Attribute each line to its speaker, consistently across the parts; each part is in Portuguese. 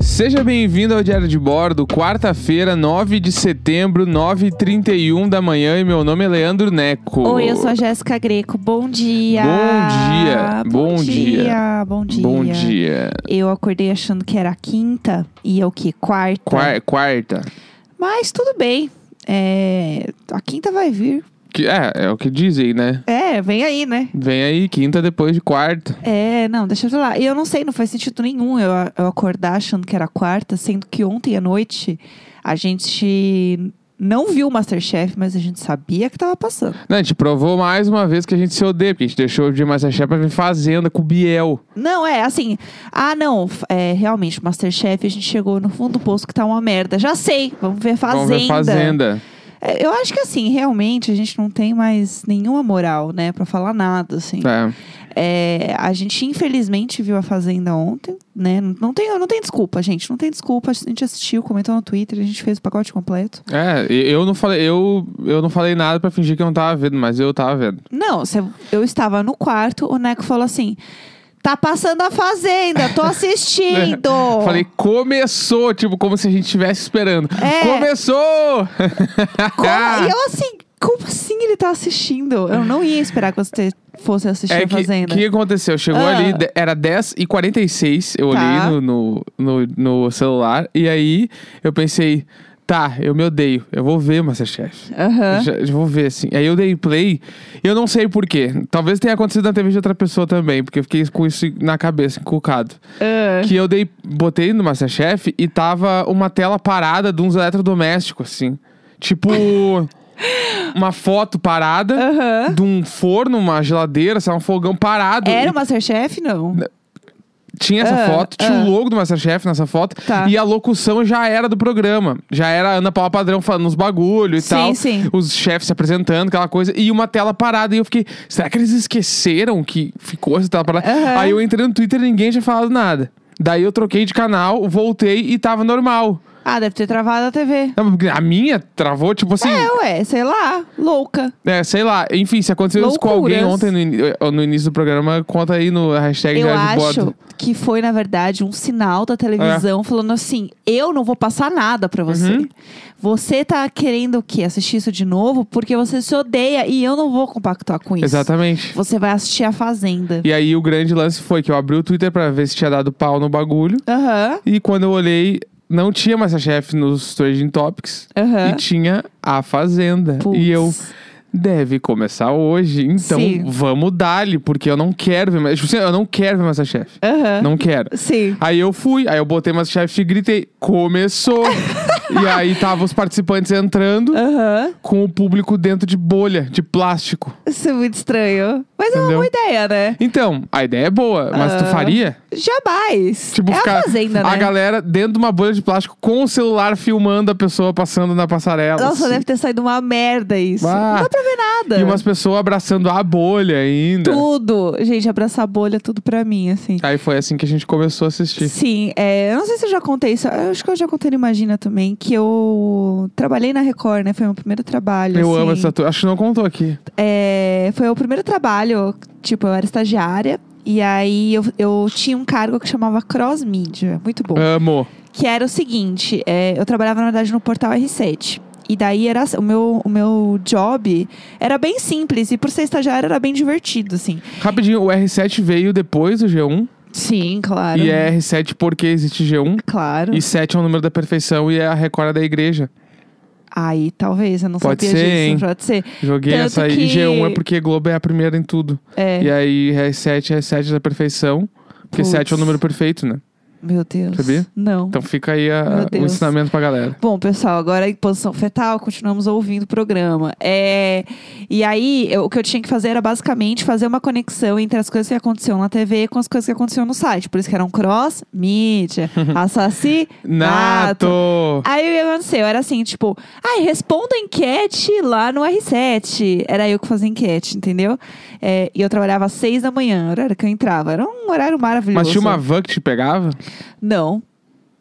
Speaker 1: Seja bem-vindo ao Diário de Bordo, quarta-feira, 9 de setembro, 9h31 da manhã, e meu nome é Leandro Neco.
Speaker 2: Oi, eu sou a Jéssica Greco. Bom dia.
Speaker 1: Bom dia, bom dia.
Speaker 2: Bom dia.
Speaker 1: Bom dia.
Speaker 2: Eu acordei achando que era quinta e é o que? Quarta.
Speaker 1: Quar- quarta.
Speaker 2: Mas tudo bem. É, a quinta vai vir.
Speaker 1: Que, é, é o que dizem, né?
Speaker 2: É, vem aí, né?
Speaker 1: Vem aí, quinta depois de quarta.
Speaker 2: É, não, deixa eu falar. E eu não sei, não faz sentido nenhum eu, eu acordar achando que era quarta, sendo que ontem à noite a gente não viu o Masterchef, mas a gente sabia que tava passando.
Speaker 1: Não, a gente provou mais uma vez que a gente se odeia, porque a gente deixou de Masterchef pra ver Fazenda com o Biel.
Speaker 2: Não, é assim. Ah, não. f- É, realmente, Masterchef, a gente chegou no fundo do poço que tá uma merda. Já sei. Vamos ver Fazenda.
Speaker 1: Vamos ver Fazenda.
Speaker 2: É, eu acho que assim, realmente, a gente não tem mais nenhuma moral, né, Pra falar nada, assim.
Speaker 1: É.
Speaker 2: É, a gente, infelizmente, viu a Fazenda ontem, né? Não não tem, não tem desculpa, gente. Não tem desculpa. A gente assistiu, comentou no Twitter, a gente fez o pacote completo.
Speaker 1: É, e- eu não falei, eu, eu não falei nada pra fingir que eu não tava vendo, mas eu tava vendo.
Speaker 2: Não, cê- eu estava no quarto, o Neco falou assim. Tá passando a fazenda, tô assistindo.
Speaker 1: Falei, começou, tipo, como se a gente estivesse esperando.
Speaker 2: É.
Speaker 1: Começou!
Speaker 2: Como-
Speaker 1: Tá.
Speaker 2: E eu assim, como assim ele tá assistindo? Eu não ia esperar que você fosse assistir
Speaker 1: É
Speaker 2: a
Speaker 1: que,
Speaker 2: Fazenda.
Speaker 1: que aconteceu? Chegou
Speaker 2: Ah.
Speaker 1: ali, de- era 10h46, eu
Speaker 2: Tá.
Speaker 1: olhei no, no, no, no celular, e aí eu pensei, tá, eu me odeio, eu vou ver Masterchef.
Speaker 2: Aham.
Speaker 1: Já, já vou ver, assim. Aí eu dei play e eu não sei porquê. Talvez tenha acontecido na TV de outra pessoa também, porque eu fiquei com isso na cabeça, encucado.
Speaker 2: Ah.
Speaker 1: Que eu dei, botei no Masterchef e tava uma tela parada de uns eletrodomésticos, assim. Tipo, uma foto parada
Speaker 2: Aham.
Speaker 1: de um forno, uma geladeira, sabe, um fogão parado.
Speaker 2: Era
Speaker 1: E
Speaker 2: o Masterchef? Não.
Speaker 1: Tinha essa
Speaker 2: Ah,
Speaker 1: foto, tinha
Speaker 2: ah.
Speaker 1: o logo do Masterchef nessa foto.
Speaker 2: Tá.
Speaker 1: E a locução já era do programa. Já era a Ana Paula Padrão falando uns bagulho e
Speaker 2: Sim,
Speaker 1: tal.
Speaker 2: sim.
Speaker 1: Os chefes se apresentando, aquela coisa. E uma tela parada. E eu fiquei, será que eles esqueceram que ficou essa tela parada?
Speaker 2: Aham.
Speaker 1: Aí eu entrei no Twitter e ninguém tinha falado nada. Daí eu troquei de canal, voltei e tava normal.
Speaker 2: Ah, deve ter travado a TV.
Speaker 1: Não, porque A minha travou, tipo assim.
Speaker 2: É, ué, sei lá, louca.
Speaker 1: É, sei lá. Enfim, se aconteceu isso com
Speaker 2: Loucuras.
Speaker 1: alguém ontem no, ini- no início do programa, conta aí no hashtag
Speaker 2: Eu
Speaker 1: Diário de Ah.
Speaker 2: acho
Speaker 1: Bordo.
Speaker 2: que foi, na verdade, um sinal da televisão falando assim: eu não vou passar nada pra você.
Speaker 1: Uhum.
Speaker 2: Você tá querendo o quê? Assistir isso de novo? Porque você se odeia e eu não vou compactuar com isso.
Speaker 1: Exatamente.
Speaker 2: Você vai assistir a Fazenda.
Speaker 1: E aí o grande lance foi que eu abri o Twitter pra ver se tinha dado pau no bagulho.
Speaker 2: Aham,
Speaker 1: E quando eu olhei, não tinha Masterchef nos Trading Topics.
Speaker 2: aham.
Speaker 1: E tinha a Fazenda.
Speaker 2: Putz.
Speaker 1: E eu. Deve começar hoje, então
Speaker 2: Sim.
Speaker 1: vamos dar-lhe, porque eu não quero ver. mais- Tipo assim, eu não quero ver Masterchef.
Speaker 2: Aham.
Speaker 1: Não quero.
Speaker 2: Sim.
Speaker 1: Aí eu fui, aí eu botei Masterchef e gritei, começou! e aí tava os participantes entrando
Speaker 2: Aham.
Speaker 1: com o público dentro de bolha, de plástico.
Speaker 2: Isso é muito estranho. Mas é uma
Speaker 1: Entendeu?
Speaker 2: boa ideia, né?
Speaker 1: Então, a ideia é boa, mas tu
Speaker 2: Ah.
Speaker 1: faria?
Speaker 2: Jamais.
Speaker 1: Tipo,
Speaker 2: é
Speaker 1: ficar
Speaker 2: a fazenda, né?
Speaker 1: a galera dentro de uma bolha de plástico com o celular filmando a pessoa passando na passarela.
Speaker 2: Nossa,
Speaker 1: assim.
Speaker 2: deve ter saído uma merda isso.
Speaker 1: Bah.
Speaker 2: Não dá pra ver nada.
Speaker 1: E umas pessoas abraçando a bolha ainda.
Speaker 2: Tudo. Gente, abraçar a bolha é tudo pra mim, assim.
Speaker 1: Aí foi assim que a gente começou a assistir.
Speaker 2: Sim, é, eu não sei se eu já contei isso. Eu acho que eu já contei no Imagina também, que eu trabalhei na Record, né? Foi meu primeiro trabalho.
Speaker 1: Eu amo
Speaker 2: assim.
Speaker 1: essa turma. Acho que não contou aqui.
Speaker 2: É, foi o primeiro trabalho, tipo, eu era estagiária. E aí eu, eu tinha um cargo que chamava Cross Media. Muito bom.
Speaker 1: Amo.
Speaker 2: Que era o seguinte, é, eu trabalhava, na verdade, no portal R7. E daí era o meu, o meu job era bem simples e por ser estagiário era bem divertido, assim.
Speaker 1: Rapidinho, o R7 veio depois do G1.
Speaker 2: Sim, claro.
Speaker 1: E é R7 porque existe G1.
Speaker 2: Claro.
Speaker 1: E 7 é o número da perfeição e é a recorda da igreja.
Speaker 2: Aí, talvez, eu não
Speaker 1: Pode
Speaker 2: sabia
Speaker 1: ser,
Speaker 2: disso.
Speaker 1: hein?
Speaker 2: Pode ser.
Speaker 1: Joguei
Speaker 2: Tanto
Speaker 1: essa aí. E
Speaker 2: que-
Speaker 1: G1 é porque Globo é a primeira em tudo.
Speaker 2: É.
Speaker 1: E aí R7 é 7 da perfeição. Porque
Speaker 2: Putz.
Speaker 1: 7 é o número perfeito, né?
Speaker 2: Meu Deus.
Speaker 1: Sabia?
Speaker 2: Não.
Speaker 1: Então fica aí a-
Speaker 2: Meu
Speaker 1: o
Speaker 2: Deus.
Speaker 1: ensinamento pra galera.
Speaker 2: Bom, pessoal, agora em posição fetal, continuamos ouvindo o programa. É, E aí, eu- o que eu tinha que fazer era basicamente fazer uma conexão entre as coisas que aconteciam na TV com as coisas que aconteciam no site. Por isso que era um cross, mídia, assassinato.
Speaker 1: Nato!
Speaker 2: Aí o que aconteceu? Era assim, tipo, ai, responda a enquete lá no R7. Era eu que fazia enquete, entendeu? É, e eu trabalhava às seis da manhã, era a hora que eu entrava. Era um horário maravilhoso.
Speaker 1: Mas tinha uma van que te pegava?
Speaker 2: Não,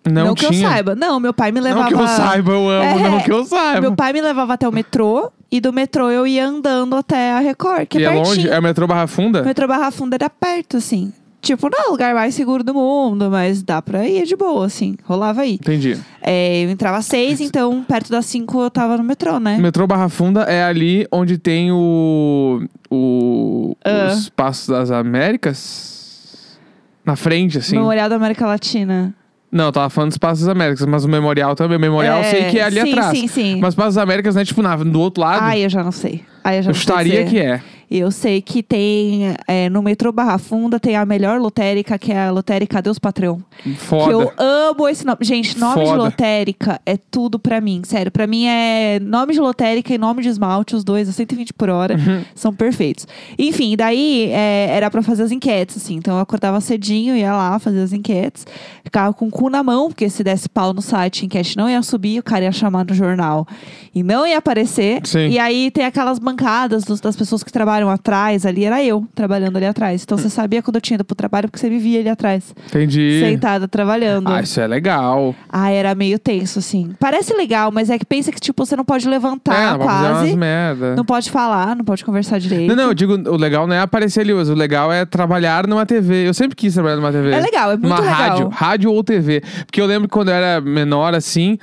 Speaker 1: Não,
Speaker 2: não,
Speaker 1: tinha.
Speaker 2: que eu saiba. Não, meu pai me levava.
Speaker 1: Não que eu saiba, eu amo.
Speaker 2: É.
Speaker 1: Não que eu saiba.
Speaker 2: Meu pai me levava até o metrô e do metrô eu ia andando até a Record, que
Speaker 1: e
Speaker 2: é
Speaker 1: é
Speaker 2: pertinho.
Speaker 1: longe? É o metrô Barra Funda?
Speaker 2: O metrô Barra Funda era perto, assim. Tipo, não é o lugar mais seguro do mundo, mas dá pra ir de boa, assim. Rolava aí.
Speaker 1: Entendi.
Speaker 2: É, eu entrava às seis, então perto das cinco eu tava no metrô, né?
Speaker 1: Metrô Barra Funda é ali onde tem o. o
Speaker 2: Ah.
Speaker 1: Os Passos das Américas? Na frente, assim.
Speaker 2: Memorial da América Latina.
Speaker 1: Não, eu tava falando dos Passos das Américas, mas o Memorial também. O Memorial eu
Speaker 2: É,
Speaker 1: sei que é ali
Speaker 2: sim,
Speaker 1: atrás.
Speaker 2: Sim, sim,
Speaker 1: Mas Passos das Américas, né? Tipo, na, do outro lado.
Speaker 2: Ai, eu já não sei. Ai, eu já
Speaker 1: eu
Speaker 2: não sei
Speaker 1: chutaria
Speaker 2: dizer.
Speaker 1: que é.
Speaker 2: Eu sei que tem é, no metrô Barra Funda tem a melhor lotérica, que é a lotérica Deus Patrão.
Speaker 1: Foda.
Speaker 2: Que eu amo esse nome. Gente, nome de
Speaker 1: Foda.
Speaker 2: lotérica é tudo pra mim, sério. Pra mim é nome de lotérica e nome de esmalte, os dois a 120 por hora.
Speaker 1: Uhum.
Speaker 2: São perfeitos. Enfim, daí é, era pra fazer as enquetes, assim. Então eu acordava cedinho, ia lá fazer as enquetes. Ficava com o cu na mão, porque se desse pau no site, a enquete não ia subir, o cara ia chamar no jornal e não ia aparecer.
Speaker 1: Sim.
Speaker 2: E aí tem aquelas bancadas dos- das pessoas que trabalham atrás ali. Era eu trabalhando ali atrás. Então
Speaker 1: Hum.
Speaker 2: você sabia quando eu tinha ido pro trabalho, porque você me via ali atrás.
Speaker 1: Entendi.
Speaker 2: Sentada trabalhando.
Speaker 1: Ah, isso é legal.
Speaker 2: Ah, era meio tenso, assim. Parece legal, mas é que pensa que, tipo, você não pode
Speaker 1: é,
Speaker 2: levantar
Speaker 1: dá pra fazer
Speaker 2: quase.
Speaker 1: umas merda.
Speaker 2: Não pode falar, não pode conversar direito.
Speaker 1: Não, não, eu digo, o legal não é aparecer ali, mas o legal é trabalhar numa TV. Eu sempre quis trabalhar numa TV.
Speaker 2: É legal, é muito
Speaker 1: numa
Speaker 2: legal.
Speaker 1: rádio, rádio ou TV. Porque eu lembro que quando eu era menor, assim,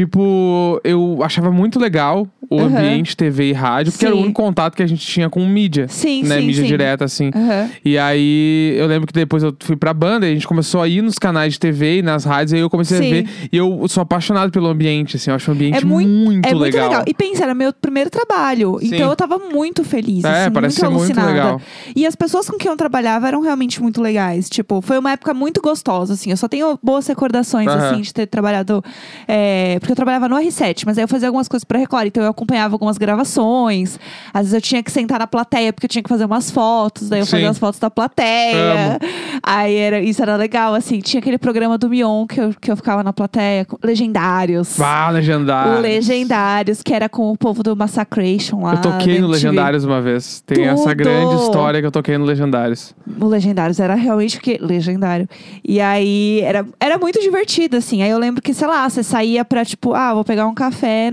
Speaker 1: tipo, eu achava muito legal o
Speaker 2: Aham.
Speaker 1: ambiente TV e rádio, porque era o
Speaker 2: Sim.
Speaker 1: único contato que a gente tinha com mídia.
Speaker 2: Sim,
Speaker 1: né?
Speaker 2: sim,
Speaker 1: mídia
Speaker 2: sim.
Speaker 1: direta, assim.
Speaker 2: Aham.
Speaker 1: E aí, eu lembro que depois eu fui pra banda e a gente começou a ir nos canais de TV e nas rádios, e aí eu comecei
Speaker 2: Sim.
Speaker 1: a ver. E eu sou apaixonado pelo ambiente, assim, eu acho um ambiente
Speaker 2: É mui-
Speaker 1: muito
Speaker 2: É muito
Speaker 1: legal.
Speaker 2: legal. E pensa, era meu primeiro trabalho.
Speaker 1: Sim.
Speaker 2: Então eu tava muito feliz.
Speaker 1: É,
Speaker 2: assim,
Speaker 1: parece ser
Speaker 2: muito
Speaker 1: muito
Speaker 2: alucinada.
Speaker 1: legal.
Speaker 2: E as pessoas com quem eu trabalhava eram realmente muito legais. Tipo, foi uma época muito gostosa, assim. Eu só tenho boas recordações,
Speaker 1: Aham.
Speaker 2: assim, de ter trabalhado. é, porque eu trabalhava no R7, mas aí eu fazia algumas coisas pra Record. Então eu acompanhava algumas gravações. Às vezes eu tinha que sentar na plateia, porque eu tinha que fazer umas fotos. Daí eu
Speaker 1: Sim.
Speaker 2: fazia as fotos da plateia.
Speaker 1: Amo.
Speaker 2: Aí era, isso era legal, assim. Tinha aquele programa do Mion que eu, que eu ficava na plateia. com- Legendários.
Speaker 1: Ah,
Speaker 2: O
Speaker 1: legendário.
Speaker 2: Legendários, que era com o povo do Massacration lá.
Speaker 1: Eu toquei
Speaker 2: da
Speaker 1: no
Speaker 2: MTV.
Speaker 1: Legendários uma vez. Tem essa
Speaker 2: Tudo!
Speaker 1: grande história que eu toquei no Legendários.
Speaker 2: O Legendários era realmente o quê? Legendário. E aí era, era muito divertido, assim. Aí eu lembro que, sei lá, você saía pra tipo, ah, vou pegar um café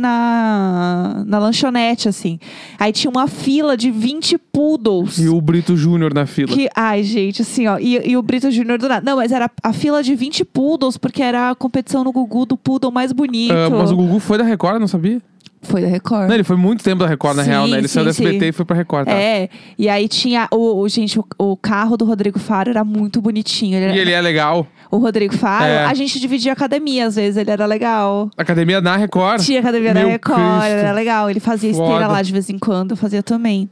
Speaker 2: na, na lanchonete, assim. Aí tinha uma fila de 20 poodles.
Speaker 1: E o Brito Júnior na fila.
Speaker 2: Que, ai, gente, assim, ó. E, e o Brito Júnior do nada. Não, mas era a fila de 20 poodles, porque era a competição no Gugu do poodle mais bonito.
Speaker 1: Ah, mas o Gugu foi da Record, não sabia?
Speaker 2: Foi da Record.
Speaker 1: Não, ele foi muito tempo da Record, na
Speaker 2: Sim,
Speaker 1: real, né? Ele
Speaker 2: sim,
Speaker 1: saiu da
Speaker 2: sim.
Speaker 1: SBT e foi pra Record, tá?
Speaker 2: É, e aí tinha o, o- gente, o, o carro do Rodrigo Faro era muito bonitinho. Ele era-
Speaker 1: E ele é legal.
Speaker 2: O Rodrigo Faro,
Speaker 1: É.
Speaker 2: a gente dividia academia às vezes, ele era legal.
Speaker 1: Academia na Record.
Speaker 2: Tinha academia
Speaker 1: Meu
Speaker 2: da Record,
Speaker 1: Cristo.
Speaker 2: era legal. Ele fazia esteira
Speaker 1: Foda.
Speaker 2: lá de vez em quando, eu fazia também.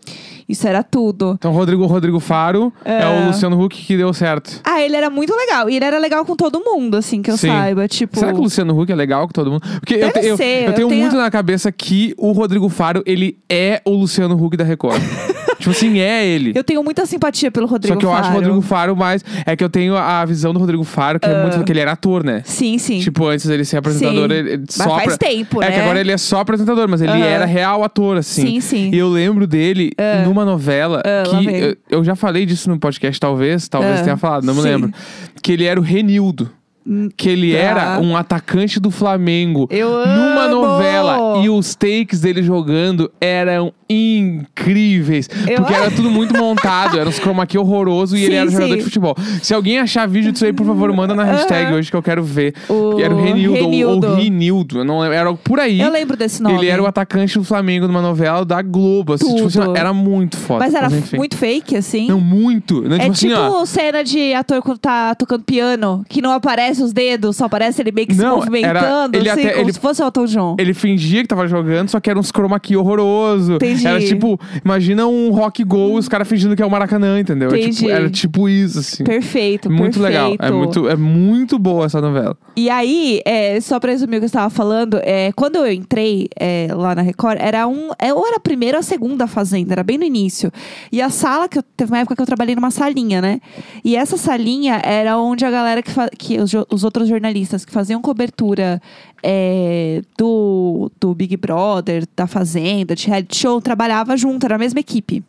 Speaker 2: Isso era tudo.
Speaker 1: Então, Rodrigo Rodrigo Faro é, o Luciano Huck que deu certo.
Speaker 2: Ah, ele era muito legal. E ele era legal com todo mundo, assim, que eu
Speaker 1: Sim.
Speaker 2: saiba. Tipo,
Speaker 1: Será que o Luciano Huck é legal com todo mundo? Porque eu,
Speaker 2: Deve
Speaker 1: te- eu,
Speaker 2: ser,
Speaker 1: eu
Speaker 2: eu
Speaker 1: tenho
Speaker 2: tenho-
Speaker 1: muito na cabeça que o Rodrigo Faro, ele é o Luciano Huck da Record. tipo assim, é ele.
Speaker 2: eu tenho muita simpatia pelo Rodrigo
Speaker 1: Só que eu
Speaker 2: Faro.
Speaker 1: acho o Rodrigo Faro mais. É que eu tenho a a visão do Rodrigo Faro, que é muito.
Speaker 2: Ah.
Speaker 1: Porque ele era ator, né?
Speaker 2: Sim, sim.
Speaker 1: Tipo, antes dele ser apresentador,
Speaker 2: Sim.
Speaker 1: ele ele
Speaker 2: Mas
Speaker 1: só.
Speaker 2: faz
Speaker 1: pra-
Speaker 2: tempo,
Speaker 1: é
Speaker 2: né?
Speaker 1: que agora ele é só apresentador, mas ele
Speaker 2: Aham.
Speaker 1: era real ator, assim.
Speaker 2: Sim, sim.
Speaker 1: E eu lembro dele numa novela
Speaker 2: Ah, lá
Speaker 1: que.
Speaker 2: vem.
Speaker 1: Eu, eu já falei disso no podcast, talvez, talvez
Speaker 2: Ah,
Speaker 1: tenha falado, não me
Speaker 2: sim.
Speaker 1: lembro. Que ele era o Renildo. Que ele
Speaker 2: tá.
Speaker 1: era um atacante do Flamengo
Speaker 2: Eu
Speaker 1: numa
Speaker 2: amo!
Speaker 1: novela. E os takes dele jogando eram incríveis.
Speaker 2: Eu
Speaker 1: Porque era
Speaker 2: amo!
Speaker 1: tudo muito montado, era uns chroma key horroroso e ele
Speaker 2: Sim,
Speaker 1: era jogador
Speaker 2: sim.
Speaker 1: de futebol. Se alguém achar vídeo disso aí, por favor, manda na hashtag
Speaker 2: Aham.
Speaker 1: hoje que eu quero ver.
Speaker 2: O
Speaker 1: era o Renildo, ou- ou
Speaker 2: Renildo.
Speaker 1: Rinildo, eu não lembro, era por aí.
Speaker 2: eu lembro desse nome.
Speaker 1: Ele era o atacante do Flamengo numa novela da Globo. assim, tipo,
Speaker 2: Tudo.
Speaker 1: assim, era muito foda.
Speaker 2: Mas era
Speaker 1: enfim.
Speaker 2: muito fake, assim.
Speaker 1: Não, muito. Não,
Speaker 2: É
Speaker 1: tipo
Speaker 2: tipo,
Speaker 1: assim, ó.
Speaker 2: cena de ator quando tá tocando piano, que não aparece os dedos, só aparece ele meio que
Speaker 1: Não,
Speaker 2: se
Speaker 1: era-
Speaker 2: movimentando,
Speaker 1: ele
Speaker 2: assim,
Speaker 1: até-
Speaker 2: como
Speaker 1: ele-
Speaker 2: se fosse o Elton John.
Speaker 1: Ele fingia que tava jogando, só que era uns chroma key horroroso.
Speaker 2: Entendi.
Speaker 1: Era tipo, imagina um rock gol e os caras fingindo que é o Maracanã, entendeu? É tipo-
Speaker 2: Entendi.
Speaker 1: era tipo isso, assim.
Speaker 2: Perfeito,
Speaker 1: muito
Speaker 2: perfeito.
Speaker 1: legal. É muito, é muito boa essa novela.
Speaker 2: E aí, é, só pra resumir o que eu estava falando, é, quando eu entrei é, lá na Record, era um. É, ou era a primeira ou a segunda fazenda, era bem no início. E a sala, que eu, teve uma época que eu trabalhei numa salinha, né? E essa salinha era onde a galera que. fa- que os, jo- os outros jornalistas que faziam cobertura é, do, do Big Brother, da Fazenda, de reality show, trabalhava junto, era a mesma equipe.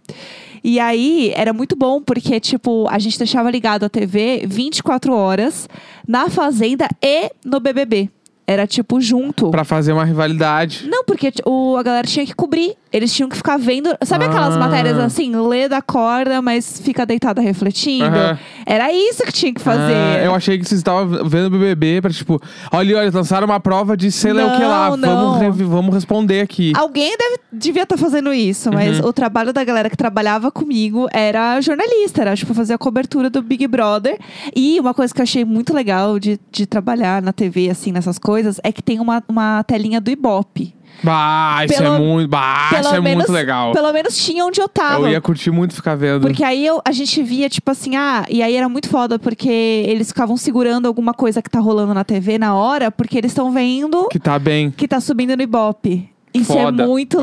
Speaker 2: E aí era muito bom, porque, tipo, a gente deixava ligado a TV 24 horas na Fazenda e no BBB. Era tipo junto.
Speaker 1: Pra fazer uma rivalidade.
Speaker 2: Não, porque t- o, a galera tinha que cobrir. Eles tinham que ficar vendo. Sabe aquelas
Speaker 1: Ah.
Speaker 2: matérias assim, lê da corda, mas fica deitada refletindo?
Speaker 1: Aham.
Speaker 2: Era isso que tinha que fazer.
Speaker 1: Ah, eu achei que vocês estavam vendo o BBB pra tipo, olha, olha, lançaram uma prova de sei lá o que lá,
Speaker 2: Não,
Speaker 1: vamos,
Speaker 2: não. Ah,
Speaker 1: revi- vamos responder aqui.
Speaker 2: Alguém deve- devia estar fazendo isso, mas
Speaker 1: Uhum.
Speaker 2: o trabalho da galera que trabalhava comigo era jornalista, era tipo fazer a cobertura do Big Brother. E uma coisa que eu achei muito legal de, de trabalhar na TV, assim, nessas coisas, é que tem uma, uma telinha do Ibope.
Speaker 1: Bah, isso
Speaker 2: Pelo-
Speaker 1: é muito, bah,
Speaker 2: Pelo
Speaker 1: isso é
Speaker 2: menos-
Speaker 1: muito legal.
Speaker 2: Pelo menos tinha onde eu tava.
Speaker 1: Eu ia curtir muito ficar vendo.
Speaker 2: Porque aí eu- a gente via, tipo assim, ah, e aí era muito foda, porque eles ficavam segurando alguma coisa que tá rolando na TV na hora, porque eles estão vendo
Speaker 1: Que tá bem.
Speaker 2: que tá subindo no Ibope. Isso
Speaker 1: Foda.
Speaker 2: é muito
Speaker 1: Ah,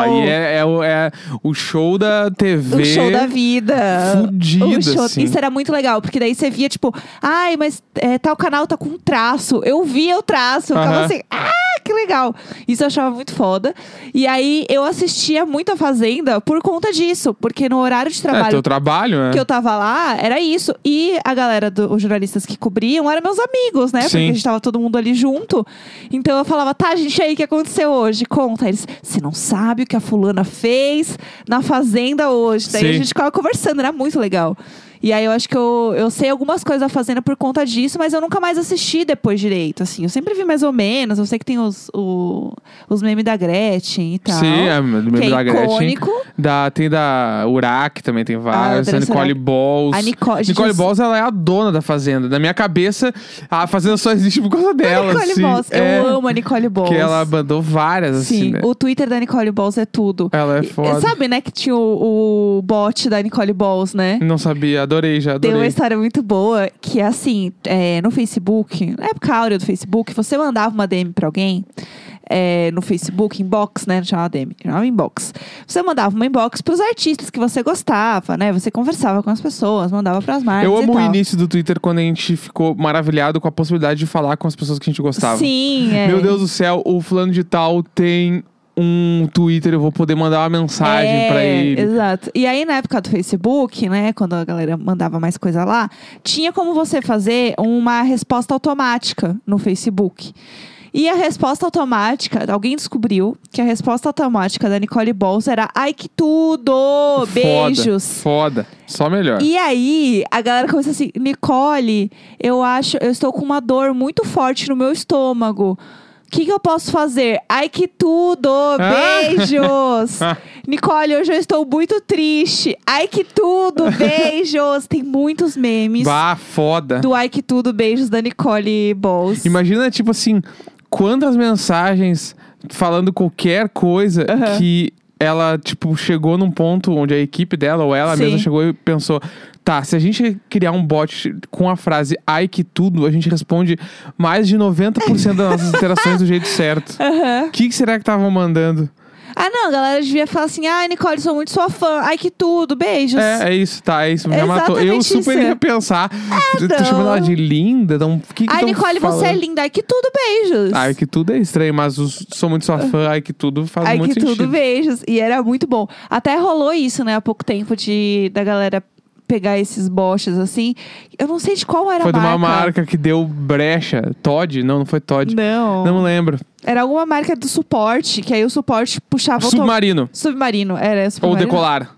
Speaker 1: isso aí é, é o- é o show da TV.
Speaker 2: O Um show da vida.
Speaker 1: fudido,
Speaker 2: O show-
Speaker 1: assim.
Speaker 2: Isso era muito legal, porque daí você via, tipo, ai, mas é, tal canal tá com um traço. Eu via o traço, eu ficava
Speaker 1: Aham.
Speaker 2: assim, ah, que legal. Isso eu achava muito foda. E aí eu assistia muito a Fazenda por conta disso, porque no horário de
Speaker 1: É,
Speaker 2: trabalho
Speaker 1: teu trabalho, né?
Speaker 2: que eu tava lá, era isso. E a galera dos jornalistas que cobriam eram meus amigos, né? Porque
Speaker 1: Sim.
Speaker 2: a gente tava todo mundo ali junto. Então eu falava, tá, gente, e aí, o que aconteceu hoje? Conta. Eles, você não sabe o que a fulana fez na fazenda hoje. Daí a
Speaker 1: Sim.
Speaker 2: gente ficava conversando, era muito legal. E aí eu acho que eu, eu sei algumas coisas da Fazenda por conta disso, mas eu nunca mais assisti depois direito, assim. Eu sempre vi mais ou menos, eu sei que tem os, o- os memes da Gretchen e tal.
Speaker 1: Sim, é, do
Speaker 2: que
Speaker 1: membro
Speaker 2: é
Speaker 1: da Gretchen.
Speaker 2: icônico.
Speaker 1: Da, tem da Urac também, tem várias.
Speaker 2: Ah,
Speaker 1: a
Speaker 2: da
Speaker 1: Nicole
Speaker 2: Urac.
Speaker 1: Balls.
Speaker 2: A Nico- gente,
Speaker 1: Nicole
Speaker 2: eu-
Speaker 1: Balls, ela é a dona da Fazenda. Na minha cabeça, a Fazenda só existe por causa dela.
Speaker 2: Nicole
Speaker 1: assim.
Speaker 2: Balls.
Speaker 1: É,
Speaker 2: Eu amo a Nicole Balls.
Speaker 1: Porque ela mandou várias, assim,
Speaker 2: Sim,
Speaker 1: né?
Speaker 2: o Twitter da Nicole Balls é tudo.
Speaker 1: Ela é
Speaker 2: E-
Speaker 1: foda.
Speaker 2: Sabe, né, que tinha o, o bot da Nicole Balls, né?
Speaker 1: Não sabia, adorei já,
Speaker 2: Tem uma
Speaker 1: Hum, adorei.
Speaker 2: história muito boa que é assim: é, no Facebook, na época áurea do Facebook, você mandava uma DM pra alguém é, no Facebook, inbox, né? Não chamava DM, chamava inbox. Você mandava uma inbox pros artistas que você gostava, né? Você conversava com as pessoas, mandava pras marcas.
Speaker 1: Eu
Speaker 2: e
Speaker 1: amo o
Speaker 2: tal.
Speaker 1: início do Twitter quando a gente ficou maravilhado com a possibilidade de falar com as pessoas que a gente gostava.
Speaker 2: Sim, é.
Speaker 1: Meu Deus do céu, o fulano de tal tem um Twitter, eu vou poder mandar uma mensagem
Speaker 2: é,
Speaker 1: pra ele.
Speaker 2: Exato. E aí, na época do Facebook, né, quando a galera mandava mais coisa lá, tinha como você fazer uma resposta automática no Facebook. E a resposta automática, alguém descobriu que a resposta automática da Nicole Balls era ai que tudo! Beijos!
Speaker 1: Foda, foda. Só melhor.
Speaker 2: E aí, a galera começou assim: Nicole, eu acho, eu estou com uma dor muito forte no meu estômago. O que, que eu posso fazer? Ai, que tudo!
Speaker 1: Ah.
Speaker 2: Beijos! Nicole, hoje eu estou muito triste. Ai, que tudo! Beijos! Tem muitos memes
Speaker 1: Bah, foda.
Speaker 2: do Ai, que tudo! Beijos da Nicole Balls.
Speaker 1: Imagina, tipo assim, quantas mensagens falando qualquer coisa
Speaker 2: Aham.
Speaker 1: que ela, tipo, chegou num ponto onde a equipe dela ou ela
Speaker 2: Sim.
Speaker 1: mesma chegou e pensou: tá, se a gente criar um bot com a frase ai que tudo, a gente responde mais de 90% das nossas interações do jeito certo.
Speaker 2: Aham.
Speaker 1: O que, que será que estavam mandando?
Speaker 2: Ah, não, a galera devia falar assim: ai, Nicole, sou muito sua fã. Ai, que tudo! Beijos!
Speaker 1: É, é isso, tá, é isso. Já matou. Eu
Speaker 2: Exatamente
Speaker 1: super
Speaker 2: isso. É,
Speaker 1: ia pensar. tô
Speaker 2: não.
Speaker 1: chamando ela de linda. Então, o que que
Speaker 2: ai,
Speaker 1: tão
Speaker 2: Nicole, você é
Speaker 1: falando?
Speaker 2: linda. Ai, que tudo! Beijos!
Speaker 1: Ai, que tudo é estranho, mas os, sou muito sua fã. Ai, que tudo faz
Speaker 2: Ai,
Speaker 1: muito
Speaker 2: É que
Speaker 1: sentido.
Speaker 2: tudo, beijos. E era muito bom. Até rolou isso, né, há pouco tempo, de da galera pegar esses boches, assim. Eu não sei de qual era
Speaker 1: Foi
Speaker 2: a
Speaker 1: de
Speaker 2: marca.
Speaker 1: uma marca que deu brecha. Todd? Não, não foi Todd.
Speaker 2: Não. Tá
Speaker 1: Não lembro.
Speaker 2: Era alguma marca do suporte, que aí o suporte puxava o autom-
Speaker 1: Submarino.
Speaker 2: Submarino, era
Speaker 1: Ou
Speaker 2: submarino.
Speaker 1: decolar.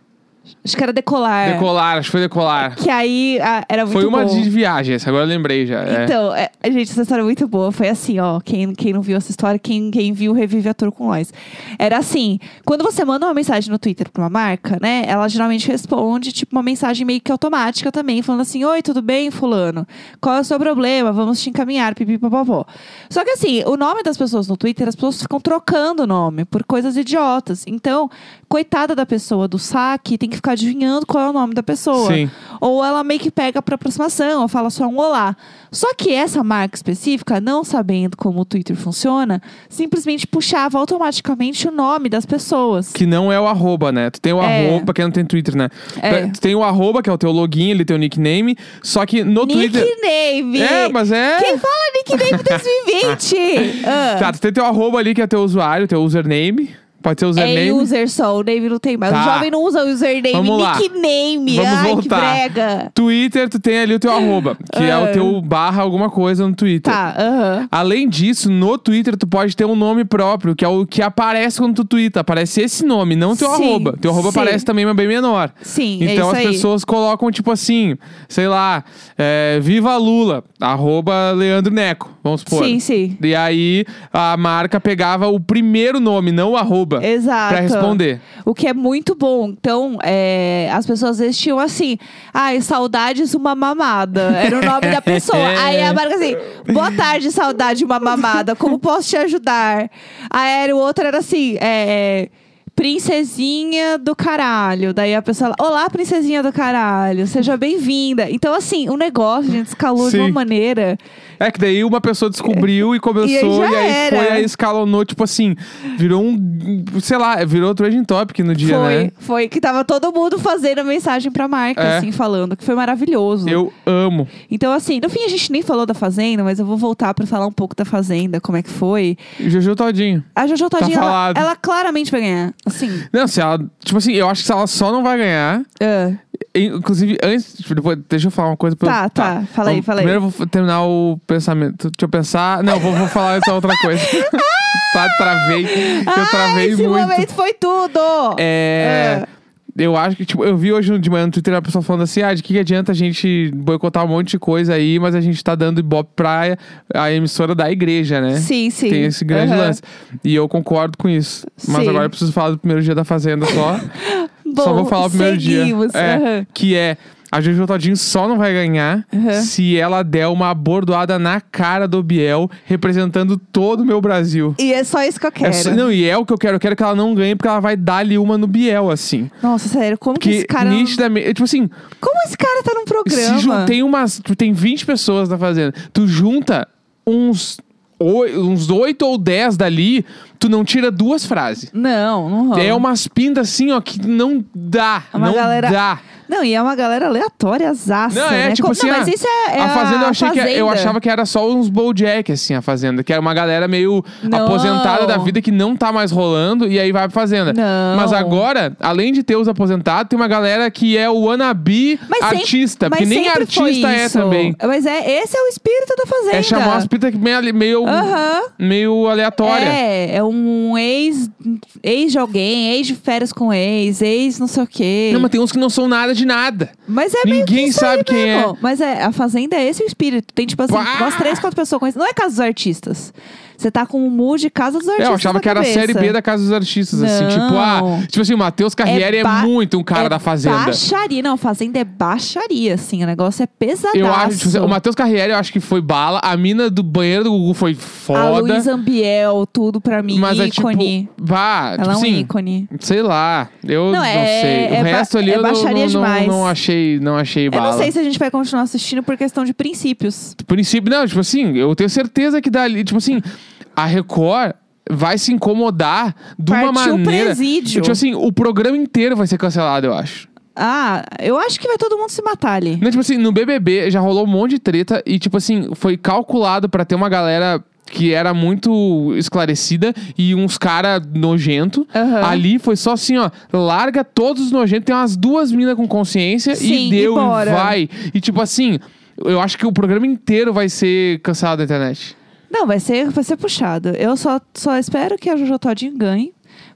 Speaker 2: Acho que era decolar.
Speaker 1: Decolar, acho que foi decolar.
Speaker 2: Que aí ah, era muito
Speaker 1: Foi uma
Speaker 2: bom.
Speaker 1: de viagem, essa agora eu lembrei já. é.
Speaker 2: Então, é, gente, essa história é muito boa. Foi assim, ó. Quem, quem não viu essa história, quem, quem viu, revive a tour com nós. Era assim: quando você manda uma mensagem no Twitter pra uma marca, né? Ela geralmente responde, tipo, uma mensagem meio que automática também, falando assim: Oi, tudo bem, Fulano? Qual é o seu problema? Vamos te encaminhar, pipipopopó. Só que assim, o nome das pessoas no Twitter, as pessoas ficam trocando o nome por coisas idiotas. Então, coitada da pessoa do saque, tem que ficar adivinhando qual é o nome da pessoa.
Speaker 1: Sim.
Speaker 2: Ou ela meio que pega pra aproximação, ou fala só um olá. Só que essa marca específica, não sabendo como o Twitter funciona, simplesmente puxava automaticamente o nome das pessoas.
Speaker 1: Que não é o arroba, né? Tu tem o
Speaker 2: É.
Speaker 1: arroba, que não tem Twitter, né?
Speaker 2: É.
Speaker 1: Tu tem o arroba, que é o teu login, ele tem o nickname. Só que no Twitter.
Speaker 2: Nickname!
Speaker 1: É, mas é.
Speaker 2: Quem fala nickname 2020? Ah.
Speaker 1: Tá, tu tem teu arroba ali, que é teu usuário, teu username. Pode ser username.
Speaker 2: É user só, o name não tem mais.
Speaker 1: Tá.
Speaker 2: O jovem não usa username,
Speaker 1: Vamos lá.
Speaker 2: nickname.
Speaker 1: Vamos
Speaker 2: Ai,
Speaker 1: voltar.
Speaker 2: que brega.
Speaker 1: Twitter, tu tem ali o teu arroba, que é o teu barra alguma coisa no Twitter.
Speaker 2: Tá, aham.
Speaker 1: Além disso, no Twitter tu pode ter um nome próprio, que é o que aparece quando tu twitta. Aparece esse nome, não teu
Speaker 2: Sim,
Speaker 1: arroba. Teu arroba
Speaker 2: sim.
Speaker 1: aparece também, mas bem menor.
Speaker 2: Sim, é
Speaker 1: Então as
Speaker 2: isso aí.
Speaker 1: pessoas colocam, tipo assim, sei lá, é, Viva Lula, arroba Leandro Neco, vamos supor.
Speaker 2: Sim, sim.
Speaker 1: E aí a marca pegava o primeiro nome, não o arroba,
Speaker 2: Exato.
Speaker 1: pra responder.
Speaker 2: O que é muito bom. Então, é, as pessoas às vezes tinham assim, ai, saudades, uma mamada. Era o nome da pessoa. Aí a marca assim, boa tarde, saudade, uma mamada. Como posso te ajudar? Aí era, o outro era assim, é, princesinha do caralho. Daí a pessoa, olá, princesinha do caralho, seja bem-vinda. Então, assim, o negócio, gente, escalou de uma
Speaker 1: Sim.
Speaker 2: maneira.
Speaker 1: É que daí uma pessoa descobriu e começou,
Speaker 2: E
Speaker 1: e
Speaker 2: aí
Speaker 1: aí,
Speaker 2: já era.
Speaker 1: foi, aí escalonou, tipo assim, virou um, sei lá, virou trending topic no dia,
Speaker 2: foi,
Speaker 1: né?
Speaker 2: foi que tava todo mundo fazendo mensagem pra marca,
Speaker 1: É.
Speaker 2: assim, falando, que foi maravilhoso.
Speaker 1: Eu amo.
Speaker 2: Então, assim, no fim a gente nem falou da Fazenda, mas eu vou voltar pra falar um pouco da Fazenda, como é que foi.
Speaker 1: Juju Todinho.
Speaker 2: A Jojo Todinho, ela-
Speaker 1: Tá falado.
Speaker 2: ela, claramente vai ganhar. Assim,
Speaker 1: Não, se ela. Tipo assim, eu acho que se ela só não vai ganhar.
Speaker 2: ah,
Speaker 1: Inclusive, antes. tipo, Depois, deixa eu falar uma coisa. pra eu-
Speaker 2: Tá, tá. Fala aí,
Speaker 1: Então,
Speaker 2: fala aí.
Speaker 1: Primeiro eu vou terminar o pensamento. Deixa eu pensar. Não, vou, vou falar essa outra coisa. tá, travei. Eu
Speaker 2: Ah. ai,
Speaker 1: travei
Speaker 2: esse
Speaker 1: muito.
Speaker 2: momento foi tudo!
Speaker 1: É. Eu acho que, tipo, eu vi hoje de manhã no Twitter a pessoa falando assim: ah, de que adianta a gente boicotar um monte de coisa aí, mas a gente tá dando ibope pra a emissora da igreja, né?
Speaker 2: Sim, sim.
Speaker 1: Tem esse grande
Speaker 2: Aham.
Speaker 1: lance. E eu concordo com isso. Mas
Speaker 2: Sim.
Speaker 1: agora eu preciso falar do primeiro dia da Fazenda só.
Speaker 2: Bom,
Speaker 1: só vou falar o primeiro dia.
Speaker 2: seguimos.
Speaker 1: É,
Speaker 2: aham.
Speaker 1: Que é. A Jojo Todinho só não vai ganhar
Speaker 2: Aham.
Speaker 1: se ela der uma abordoada na cara do Biel, representando todo o meu Brasil.
Speaker 2: E é só isso que eu
Speaker 1: É
Speaker 2: quero.
Speaker 1: só- não, e é o que eu quero. Eu quero que ela não ganhe, porque ela vai dar-lhe uma no Biel, assim.
Speaker 2: Nossa, sério, como que,
Speaker 1: Porque
Speaker 2: esse cara. é um
Speaker 1: nitidamente. Tipo assim,
Speaker 2: Como esse cara tá num
Speaker 1: se
Speaker 2: programa?
Speaker 1: jun- tem umas. tu Tem 20 pessoas na fazenda. Tu junta uns. Oi, uns 8 ou 10 dali, tu não tira duas frases.
Speaker 2: Não, não rola.
Speaker 1: É umas pintas assim, ó, que não dá.
Speaker 2: É Uma
Speaker 1: não
Speaker 2: galera-
Speaker 1: dá.
Speaker 2: Não, e é uma galera aleatória, zaça,
Speaker 1: Não, é
Speaker 2: né?
Speaker 1: tipo
Speaker 2: Como-
Speaker 1: assim,
Speaker 2: não, mas
Speaker 1: ah,
Speaker 2: isso é, é
Speaker 1: a fazenda eu achei que eu
Speaker 2: Fazenda.
Speaker 1: achava que era só uns Bojack assim a fazenda, que era uma galera meio
Speaker 2: Não.
Speaker 1: aposentada da vida que não tá mais rolando e aí vai pra fazenda.
Speaker 2: Não.
Speaker 1: Mas agora, além de ter os aposentados, tem uma galera que é o wannabe
Speaker 2: Mas sempre-
Speaker 1: artista,
Speaker 2: mas
Speaker 1: porque nem
Speaker 2: sempre foi
Speaker 1: artista é
Speaker 2: isso.
Speaker 1: também.
Speaker 2: Mas é, esse é o espírito da Fazenda.
Speaker 1: É chamar umas pitas que meio ale- meio,
Speaker 2: Aham.
Speaker 1: meio aleatória.
Speaker 2: É, é um ex, ex de alguém, ex de férias com ex, ex não sei o quê.
Speaker 1: Não, mas tem uns que não são nada de nada.
Speaker 2: Mas é meio que
Speaker 1: Ninguém
Speaker 2: isso
Speaker 1: sabe
Speaker 2: aí
Speaker 1: quem é.
Speaker 2: mesmo. Mas é, a Fazenda é esse o espírito. Tem, tipo assim,
Speaker 1: Pá!
Speaker 2: umas três, quatro pessoas com isso. Não é Casa dos Artistas. Você tá com o mood de Casa dos
Speaker 1: É,
Speaker 2: Artistas
Speaker 1: eu achava
Speaker 2: na
Speaker 1: que era a
Speaker 2: cabeça.
Speaker 1: série B da Casa dos Artistas, assim.
Speaker 2: Não.
Speaker 1: Tipo, ah, tipo assim, o Matheus Carriere é,
Speaker 2: ba-
Speaker 1: muito um cara
Speaker 2: é
Speaker 1: da Fazenda.
Speaker 2: Baixaria. Não, Fazenda é baixaria, assim. O negócio é pesadaço.
Speaker 1: Eu acho, tipo, assim, o Matheus Carriere eu acho que foi bala. A mina do banheiro do Gugu foi
Speaker 2: A
Speaker 1: foda.
Speaker 2: Luísa Ambiel, tudo pra mim,
Speaker 1: mas é
Speaker 2: ícone.
Speaker 1: tipo. Bah,
Speaker 2: Ela é
Speaker 1: tipo
Speaker 2: um
Speaker 1: assim,
Speaker 2: ícone.
Speaker 1: Sei lá, eu não,
Speaker 2: Não, é-
Speaker 1: sei. O
Speaker 2: é ba-
Speaker 1: resto ali
Speaker 2: é
Speaker 1: eu não,
Speaker 2: baixaria
Speaker 1: não, não,
Speaker 2: demais.
Speaker 1: não achei, não achei
Speaker 2: Eu
Speaker 1: bala.
Speaker 2: não sei se a gente vai continuar assistindo por questão de princípios.
Speaker 1: Princípio, não, tipo assim, eu tenho certeza que dali, tipo assim, a Record vai se incomodar de uma
Speaker 2: Partiu
Speaker 1: maneira.
Speaker 2: presídio.
Speaker 1: Tipo assim, o programa inteiro vai ser cancelado, eu acho.
Speaker 2: Ah, eu acho que vai todo mundo se matar ali.
Speaker 1: Não, tipo assim, no BBB já rolou um monte de treta e, tipo assim, foi calculado pra ter uma galera que era muito esclarecida e uns cara nojento.
Speaker 2: Aham.
Speaker 1: Ali foi só assim, ó, larga todos os nojentos, tem umas duas minas com consciência
Speaker 2: Sim,
Speaker 1: e
Speaker 2: e
Speaker 1: deu e,
Speaker 2: bora.
Speaker 1: vai. E, tipo assim, eu acho que o programa inteiro vai ser cancelado da internet.
Speaker 2: Não, vai ser, vai ser puxado. Eu só, só espero que a Jojo Todinho ganhe,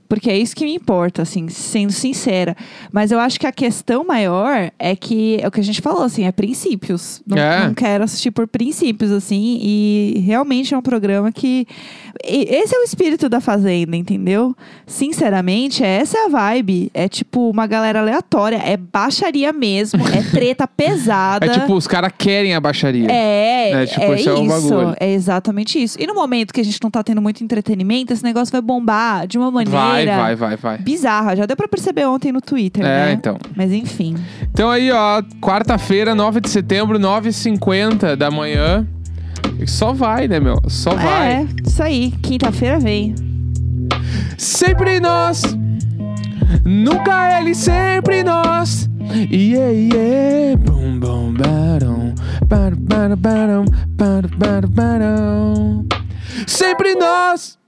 Speaker 2: porque é isso que me importa, assim, sendo sincera. Mas eu acho que a questão maior é que é o que a gente falou, assim, é princípios. Não,
Speaker 1: É.
Speaker 2: não quero assistir por princípios, assim, e realmente é um programa que. e- Esse é o espírito da Fazenda, entendeu? Sinceramente, essa é a vibe. É tipo uma galera aleatória, é baixaria mesmo, é treta pesada.
Speaker 1: É tipo, os caras querem a baixaria.
Speaker 2: É,
Speaker 1: Né?
Speaker 2: é,
Speaker 1: Tipo, esse é o bagulho.
Speaker 2: isso. É exatamente isso. E no momento que a gente não tá tendo muito entretenimento, esse negócio vai bombar de uma maneira
Speaker 1: vai, vai, vai, vai.
Speaker 2: bizarra. Já deu pra perceber ontem no Twitter,
Speaker 1: É,
Speaker 2: né?
Speaker 1: então.
Speaker 2: Mas enfim.
Speaker 1: Então aí, ó, quarta-feira, 9 de setembro, 9h50 da manhã. E Só vai, né, meu? Só vai.
Speaker 2: É, isso aí. Quinta-feira vem.
Speaker 1: Sempre nós, nunca ele, sempre nós. Yeah, yeah, bum, bum, barão, bar, bar, barão, bar, bar, barão. Sempre nós,